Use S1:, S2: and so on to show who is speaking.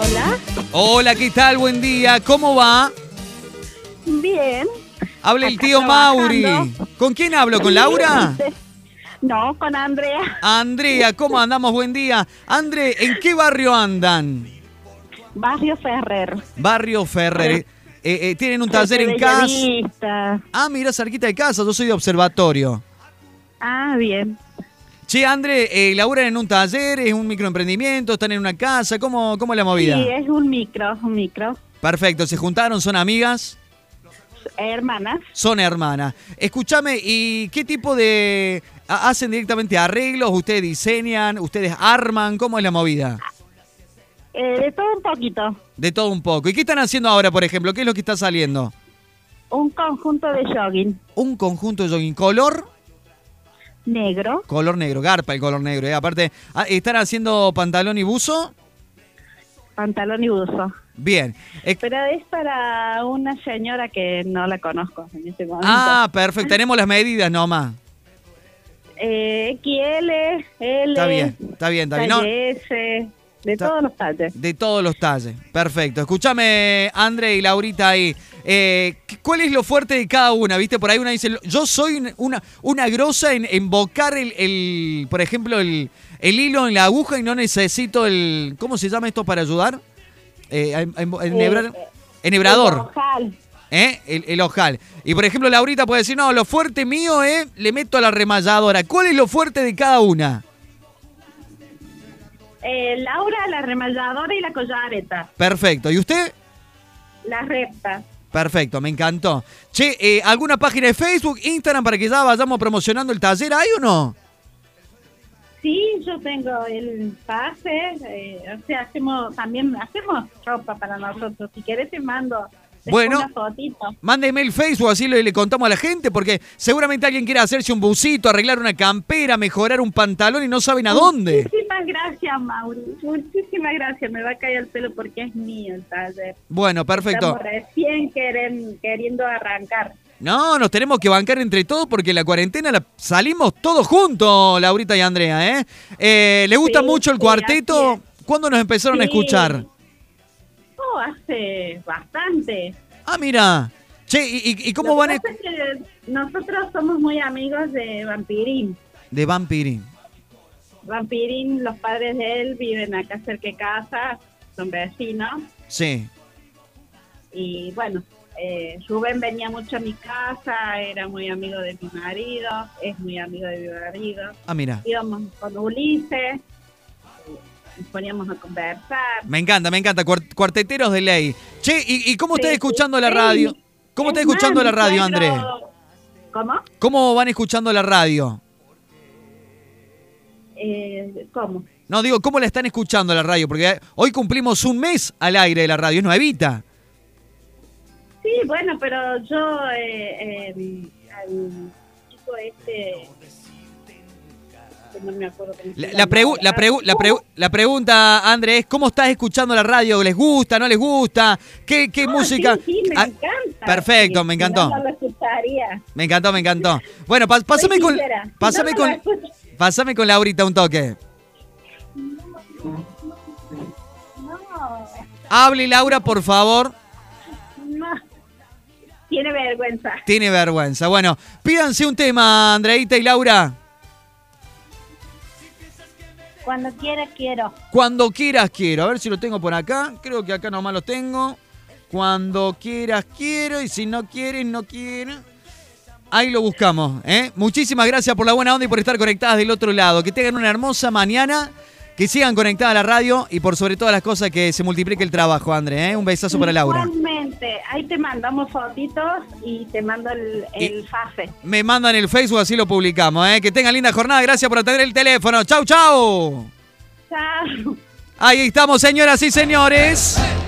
S1: Hola.
S2: Hola, ¿qué tal? Buen día. ¿Cómo va?
S1: Bien.
S2: Habla el
S1: Acá
S2: tío Mauri.
S1: trabajando.
S2: ¿Con quién hablo? ¿Con Laura?
S1: No, con Andrea.
S2: Andrea, ¿cómo andamos? Buen día. André, ¿en qué barrio andan?
S1: Barrio Ferrer.
S2: Barrio Ferrer. Eh, eh, tienen un taller en casa.
S1: casa.
S2: Ah, mira, cerquita de casa. Yo soy de observatorio.
S1: Ah, bien.
S2: Che, André, eh, ¿laburan en un taller? ¿Es un microemprendimiento? ¿Están en una casa? ¿Cómo, cómo es la movida?
S1: Sí, es un micro, un micro.
S2: Perfecto, se juntaron, son amigas,
S1: Hermanas.
S2: son hermanas. Escúchame, ¿y qué tipo de... ha- ¿Hacen directamente arreglos? ¿Ustedes diseñan? ¿Ustedes arman? ¿Cómo es la movida?
S1: Eh, de todo un poquito.
S2: De todo un poco. ¿Y qué están haciendo ahora, por ejemplo? ¿Qué es lo que está saliendo?
S1: Un conjunto de jogging.
S2: Un conjunto de jogging. ¿Color?
S1: Negro.
S2: Color negro, garpa el color negro. ¿eh? Aparte, ah, ¿están haciendo pantalón y buzo?
S1: Pantalón y buzo.
S2: Bien. Es-
S1: Pero es para una señora que no la conozco en este momento.
S2: Ah, perfecto. Tenemos las medidas nomás.
S1: Eh, XL, L.
S2: Está bien, está bien, está bien. No,
S1: talle S, de
S2: Está-
S1: todos los talles.
S2: De todos los talles. Perfecto. Escúchame, André y Laurita ahí. Eh, ¿cu- ¿Cuál es lo fuerte de cada una? ¿Viste? Por ahí una dice, yo soy un- una, una grosa en, en bocar el, el, por ejemplo, el, el hilo en la aguja y no necesito el, ¿cómo se llama esto para ayudar? Eh, a- a- a enhebrar-
S1: eh,
S2: enhebrador.
S1: Ojal.
S2: ¿eh? El, el ojal. Y por ejemplo, Laurita puede decir, no, lo fuerte mío es, le meto a la remalladora. ¿Cuál es lo fuerte de cada una?
S1: Eh, Laura, la remalladora y la collareta.
S2: Perfecto. ¿Y usted?
S1: La recta.
S2: Perfecto, me encantó. Che, eh, ¿alguna página de Facebook, Instagram para que ya vayamos promocionando el taller? ¿Hay o no?
S1: Sí, yo tengo el pase. eh, o sea, hacemos también hacemos ropa para nosotros. Si querés, te mando después
S2: Bueno.
S1: una fotito.
S2: Mándeme el Facebook, así le, le contamos a la gente, porque seguramente alguien quiere hacerse un bucito, arreglar una campera, mejorar un pantalón y no saben a dónde.
S1: Muchísimas gracias, Mauri. Muchísimas gracias. Me va a caer el pelo porque es mío el taller.
S2: Bueno, perfecto.
S1: Estamos recién queren- queriendo arrancar.
S2: No, nos tenemos que bancar entre todos porque la cuarentena la salimos todos juntos, Laurita y Andrea, ¿eh? Eh, ¿Le gusta
S1: Sí,
S2: mucho el
S1: sí,
S2: cuarteto?
S1: así
S2: ¿Cuándo nos empezaron a
S1: Sí.
S2: escuchar?
S1: Oh, hace bastante.
S2: Ah, mira. Che, ¿y, y- y cómo
S1: Lo que
S2: van? e-? a-
S1: pasa es que nosotros somos muy amigos de Vampirín.
S2: De Vampirín.
S1: Vampirín, los padres de él viven acá cerca de casa, son vecinos.
S2: Sí.
S1: Y bueno, eh, Rubén venía mucho a mi casa, era muy amigo de mi marido, es muy amigo de mi marido.
S2: Ah, mira.
S1: Íbamos con Ulises, eh, nos poníamos a conversar.
S2: Me encanta, me encanta. Cuart- cuarteteros de ley. Che, ¿y, y cómo
S1: Sí,
S2: estás
S1: sí,
S2: escuchando la
S1: sí.
S2: radio? ¿Cómo
S1: Es
S2: estás
S1: más,
S2: escuchando
S1: mi
S2: la radio, Andrés?
S1: suegro- ¿Cómo?
S2: ¿Cómo van escuchando la radio?
S1: Eh, ¿Cómo?
S2: No, digo, ¿cómo la están escuchando la radio? Porque eh, hoy cumplimos un mes al aire de la radio. Es nuevita.
S1: Sí, bueno, pero yo eh, eh, al chico este que no me acuerdo cómo se
S2: La,
S1: llama
S2: la pregu- la
S1: ahora.
S2: pregu- la pregu- la pregunta, Andrés, es ¿cómo estás escuchando la radio? ¿Les gusta? ¿No les gusta? ¿Qué, qué
S1: Ah,
S2: música?
S1: Sí, sí, me
S2: Ah,
S1: encanta.
S2: Perfecto,
S1: Sí,
S2: me encantó.
S1: si No, no lo escucharía.
S2: Me encantó, me encantó. Bueno, pas- pásame con,
S1: sincera. No,
S2: pásame
S1: no
S2: con,
S1: la escucho.
S2: pásame con Laurita un toque.
S1: No,
S2: Hable Laura, por favor.
S1: no. Tiene vergüenza.
S2: Tiene vergüenza. Bueno, pídanse un tema, Andreita y Laura.
S1: Cuando quiera, quiero.
S2: Cuando quieras quiero. A ver si lo tengo por acá. Creo que acá nomás lo tengo. Cuando quieras quiero y si no quieres, no quiero. Ahí lo buscamos. ¿eh? Muchísimas gracias por la buena onda y por estar conectadas del otro lado. Que tengan una hermosa mañana. Que sigan conectadas a la radio y por sobre todas las cosas que se multiplique el trabajo, André. ¿eh? Un besazo para Laura.
S1: Igualmente, ahí te mandamos fotitos y te mando el, el fase.
S2: Me mandan el Facebook, así lo publicamos. ¿eh? Que tengan linda jornada. Gracias por atender el teléfono. Chau, chau.
S1: Chao.
S2: Ahí estamos, señoras y señores.